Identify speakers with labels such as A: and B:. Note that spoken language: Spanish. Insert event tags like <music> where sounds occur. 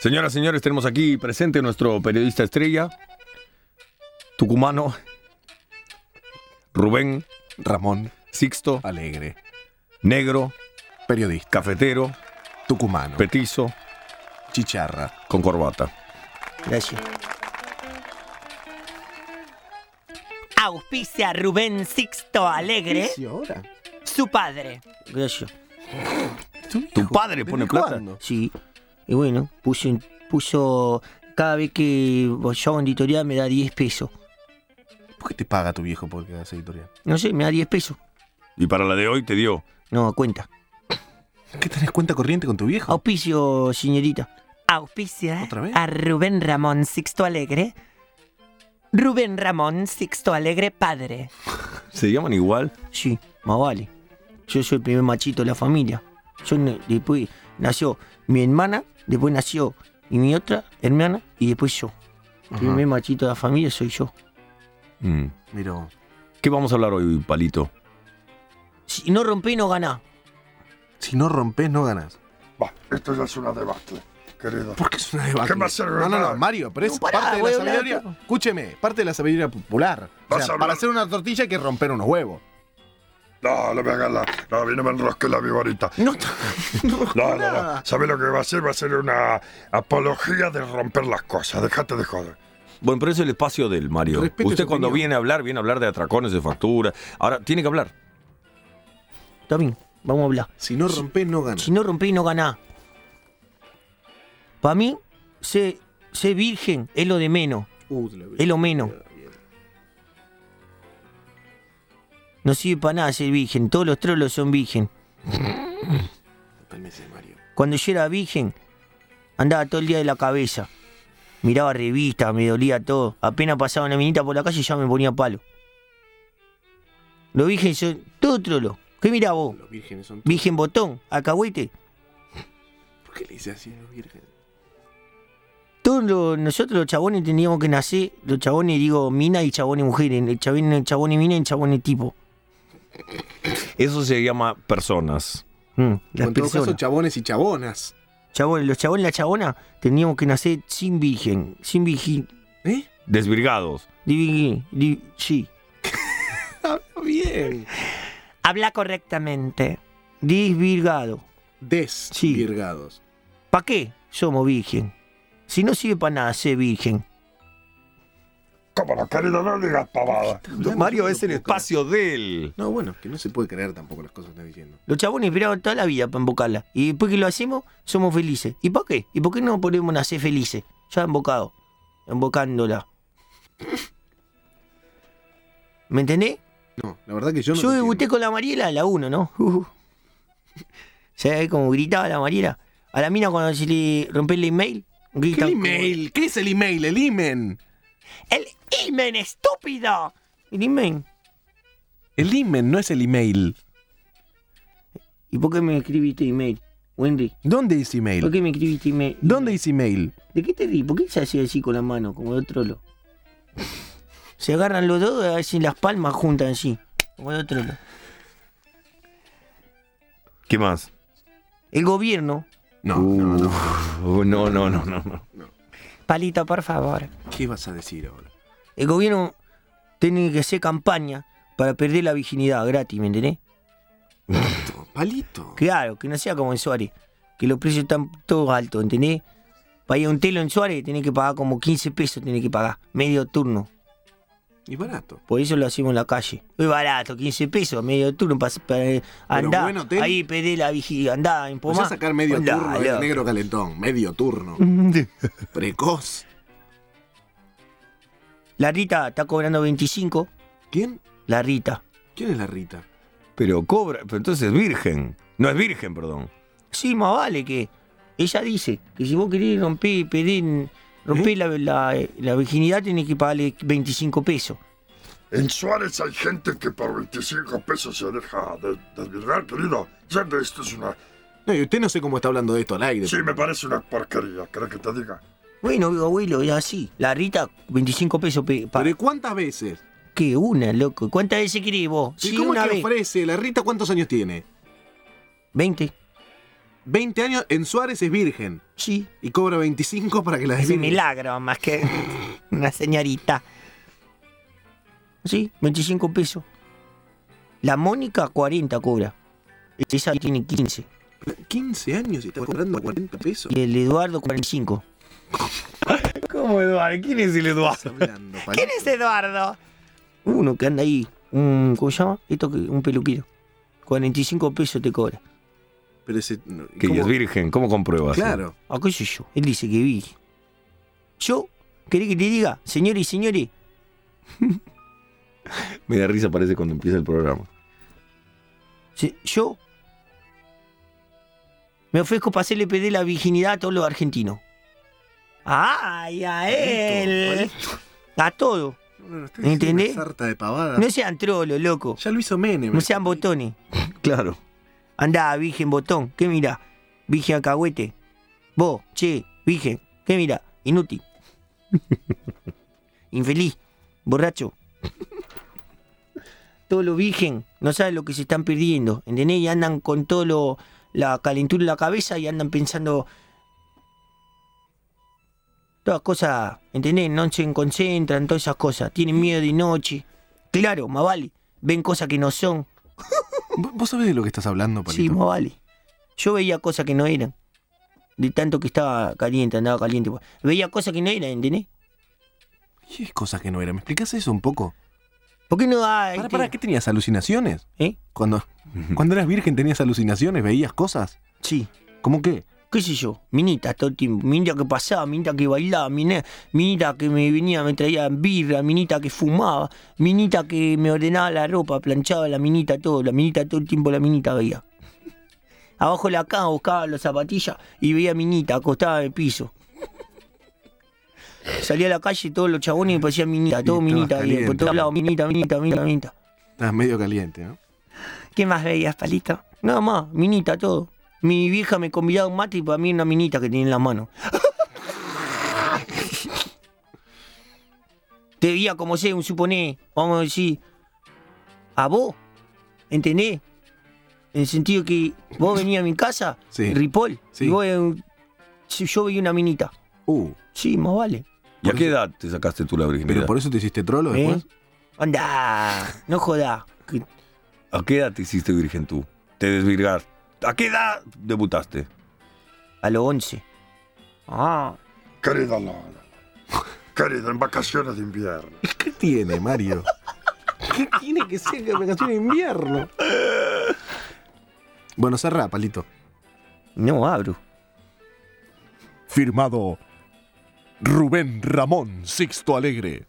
A: Señoras, señores, tenemos aquí presente nuestro periodista estrella, tucumano, Rubén
B: Ramón
A: Sixto,
B: Alegre,
A: negro,
B: periodista,
A: cafetero,
B: tucumano,
A: petizo,
B: chicharra.
A: con corbata.
C: Gracias.
D: Auspicia Rubén Sixto
C: ¿Eh?
D: Alegre,
B: ahora?
D: su padre.
C: Gracias.
A: ¿Tu padre pone plata?
C: Sí. Y bueno, puso, puso cada vez que yo hago editorial me da 10 pesos.
B: ¿Por qué te paga tu viejo por hacer editorial?
C: No sé, me da 10 pesos.
A: Y para la de hoy te dio.
C: No, cuenta.
B: ¿Qué tenés cuenta corriente con tu viejo?
C: Auspicio, señorita.
D: Auspicia
B: ¿Otra vez?
D: a Rubén Ramón Sixto Alegre. Rubén Ramón Sixto Alegre padre.
A: ¿Se llaman igual?
C: Sí, más vale. Yo soy el primer machito de la familia. Yo no- después nació mi hermana, después nació y mi otra hermana y después yo. El primer machito de la familia soy yo.
A: Mm.
B: Mira,
A: ¿Qué vamos a hablar hoy, Palito?
C: Si no rompí, no ganá.
B: si no rompes, no ganas.
E: Va, esto ya es una debacle, querido.
B: ¿Por qué es una debacle?
E: ¿Qué me sirve
B: No, no,
E: nada?
B: no, Mario, pero es
C: No, pará,
B: parte de la
C: voy a hablar
B: sabiduría.
C: otro.
B: Escúcheme, parte de la sabiduría popular. O
E: Vas
B: sea,
E: a hablar.
B: para hacer una tortilla hay que romper unos huevos.
E: No, le voy a ganar. No, viene me enrosqué la viborita.
B: No,
C: <laughs>
E: No, no, no. ¿Sabés lo que va a ser? Va a ser una apología de romper las cosas. Dejate de joder.
A: Bueno, pero es el espacio del Mario.
B: Respeto
A: Usted
B: su
A: cuando
B: opinión.
A: viene a hablar, viene a hablar de atracones, de factura. Ahora, tiene que hablar.
C: Está bien, vamos a hablar.
B: Si no rompes, no ganas.
C: Si no rompí, no ganá. Para mí, ser, ser virgen es lo de menos.
B: Uh, te lo-
C: Es lo menos. No sirve para nada ser virgen. Todos los trolos son virgen.
B: Cálmese, Mario.
C: Cuando yo era virgen, andaba todo el día de la cabeza. Miraba revistas, me dolía todo. Apenas pasaba una minita por la calle ya me ponía palo. Lo virgen son todo trolo. ¿Qué mirá vos?
B: Los vírgenes son...
C: Virgen botón, alcahuete.
B: ¿Por qué le dice así a los vírgenes?
C: Todos los- nosotros los chabones teníamos que nacer, los chabones digo mina y chabones mujeres, el chabones, chabones mina y chabones tipo.
A: Eso se llama personas.
C: Mm, las
B: En todo caso,
C: personas.
B: chabones y chabonas.
C: Chabones, los chabones, la chabona, teníamos que nacer sin virgen, sin virgen,
B: ¿Eh?
A: Desvirgados.
C: di- di- sí,
B: Habla bien.
D: Habla correctamente.
C: desvirgado.
B: Desvirgados.
C: ¿Para qué somos virgen? Si no sirve para nada ser virgen.
E: ¿Cómo no, querido? No digas pavada.
A: Mario es el espacio del.
B: No, bueno, que no se puede creer tampoco las cosas que estás diciendo.
C: Los chabones esperaban toda la vida para embocarla. Y después que lo hacemos, somos felices. ¿Y para qué? ¿Y por qué no podemos nacer felices? Ya embocado. Embocándola. ¿Me entendés?
B: No, la verdad que yo no.
C: Yo
B: te entiendo.
C: debuté con la Mariela a la 1, ¿no? <laughs> Uh. ¿Sabés cómo gritaba la Mariela? A la mina cuando se le rompe el email.
B: ¿Qué
C: Grita
B: el email? ¿Qué es el email? El imen.
D: El imen estúpido.
C: como- El email.
B: El imen no es el email.
C: ¿Y por qué me escribiste email? Wendy,
B: ¿Dónde dice
C: ¿por
B: email?
C: qué me escribiste email?
B: ¿Dónde dice email?
C: ¿De qué te ríes? ¿Por qué se hace así con la mano, como de trolo? Se agarran los dos y hacen las palmas juntas así, como de trolo.
A: ¿Qué más?
C: El gobierno,
B: No, no, no.
A: Uh, no, no, no, no. no.
D: Palito, por favor.
B: ¿Qué vas a decir ahora?
C: el gobierno tiene que hacer campaña para perder la virginidad gratis, ¿me entendés?
B: Palito, Palito.
C: Claro, que no sea como en Suárez, que los precios están todos altos, ¿entendés? Para ir a un telo en Suárez tenés que pagar como 15 pesos, tenés que pagar, medio turno.
B: Y barato.
C: Por eso lo hacemos en la calle. Es barato, 15 pesos, medio turno para andar.
B: buen hotel.
C: ahí pedí la vigilia, andá,
B: Vas
C: empomá.
B: a sacar medio
C: Andá,
B: turno del
C: loco.
B: negro calentón. Medio turno. <laughs> Precoz.
C: La Rita está cobrando 25.
B: ¿Quién?
C: La Rita.
B: ¿Quién es la Rita?
A: Pero cobra. Pero entonces es virgen. No es virgen, perdón.
C: Sí, más vale que. Ella dice que si vos querés romper, pedir, romper
B: ¿Eh?
C: la, la- la virginidad, tenés que pagarle 25 pesos.
E: En Suárez hay gente que por 25 pesos se deja de desvirgar, querido. Ya que esto es una...
B: No, y usted no sé cómo está hablando de esto al aire.
E: Sí, me parece una porquería. ¿Querés que te diga?
C: Bueno, digo, abuelo, es así. La Rita, 25 pesos. pe- pa-
B: ¿Pero cuántas veces?
C: ¿Qué? Una, loco. ¿Cuántas veces querés vos?
B: ¿Y
C: Sí,
B: cómo
C: una
B: es que
C: vez.
B: ofrece? ¿La Rita cuántos años tiene?
C: 20.
B: 20 años en Suárez es virgen
C: Sí.
B: y cobra 25 para que la
D: Es un
B: desvirgue.
D: milagro, más que una señorita.
C: Sí, 25 pesos. La Mónica 40 cobra. Esa tiene 15.
B: 15 años y está cobrando 40 pesos.
C: Y el Eduardo 45. <laughs>
A: ¿Cómo Eduardo? ¿Quién es el Eduardo?
B: <laughs> Hablando,
D: ¿Quién es Eduardo?
C: Uno que anda ahí, un, ¿cómo se llama? Esto que, un peluquero. 45 pesos te cobra.
B: Pero ese, no,
A: Que
B: ¿cómo?
A: es virgen, ¿cómo compruebas?
B: Claro.
C: ¿A Ah, qué sé yo? Él dice que vi. Yo, ¿querés que te diga, señores y señores?
A: Me da risa, parece cuando empieza el programa.
C: Se- yo me ofrezco para hacerle pedir la virginidad a todos los argentinos.
D: ¡Ay, a él!
C: A todos.
B: No, no, está diciendo
C: ¿Entendés?
B: una sarta de pavada.
C: No sean trolos, loco.
B: Ya lo hizo Menem. este.
C: No sean botones.
A: Claro.
C: Andá, virgen botón. ¿Qué mira? Virgen alcahuete. Vos, che, virgen. ¿Qué mira? Inútil. <laughs> Infeliz. Borracho. <laughs> Todos los virgen no saben lo que se están perdiendo. ¿Entendés? Y andan con todo lo, la calentura en la cabeza y andan pensando. Todas cosas, ¿entendés? No se concentran, todas esas cosas. Tienen miedo de noche. Claro, más vale. Ven cosas que no son.
B: ¿Vos vos sabés de lo que estás hablando,
C: Sí,
B: Palito?
C: más vale. Yo veía cosas que no eran. De tanto que estaba caliente, andaba caliente. pues. Veía cosas que no eran, ¿entendés?
B: ¿Qué cosas que no eran? ¿Me explicás eso un poco?
C: ¿Por qué no hay?
B: Para, para, ¿qué tenías? ¿Alucinaciones?
C: ¿Eh?
B: Cuando, cuando eras virgen tenías alucinaciones, veías cosas.
C: Sí.
B: ¿Cómo qué?
C: ¿Qué sé yo? Minitas todo el tiempo. Minita que pasaba, minita que bailaba, mine- minita que me venía, me traía birra, minita que fumaba, minita que me ordenaba la ropa, planchaba la minita, todo. La minita todo el tiempo, la minita veía. Abajo de la cama buscaba las zapatillas y veía minita, acostada en el piso. Salía a la calle todos los chabones y parecían minita, todo
B: estabas
C: minita, veía, por
B: caliente.
C: todos lados, minita, minita, minita, minita.
B: Estás Ah, medio caliente, ¿no?
D: ¿Qué más veías, palito?
C: Nada más, minita, todo. Mi vieja me convidaba a un mate y para mí era una minita que tenía en
D: <laughs>
C: la mano. Te veía como sé, un suponé, vamos a decir, a vos, ¿entendés? En el sentido que vos venías a mi casa,
B: Sí.
C: Ripoll,
B: Sí.
C: y vos, eh, si yo veía una minita.
B: Uh,
C: Sí, más vale.
A: ¿Y a qué edad te sacaste tú la virginidad?
B: ¿pero por eso te hiciste trolo
C: ¿eh?
B: después?
C: Anda, no jodá. que-
A: ¿A qué edad te hiciste virgen tú? Te desvirgaste. ¿A qué edad debutaste?
C: A los 11. Ah,
E: Querida Lola. Querida, en vacaciones de invierno.
B: ¿Qué tiene, Mario? ¿Qué tiene que ser la vacación de invierno? Bueno, cerrá, palito.
C: no abro.
F: Firmado Rubén Ramón Sixto Alegre.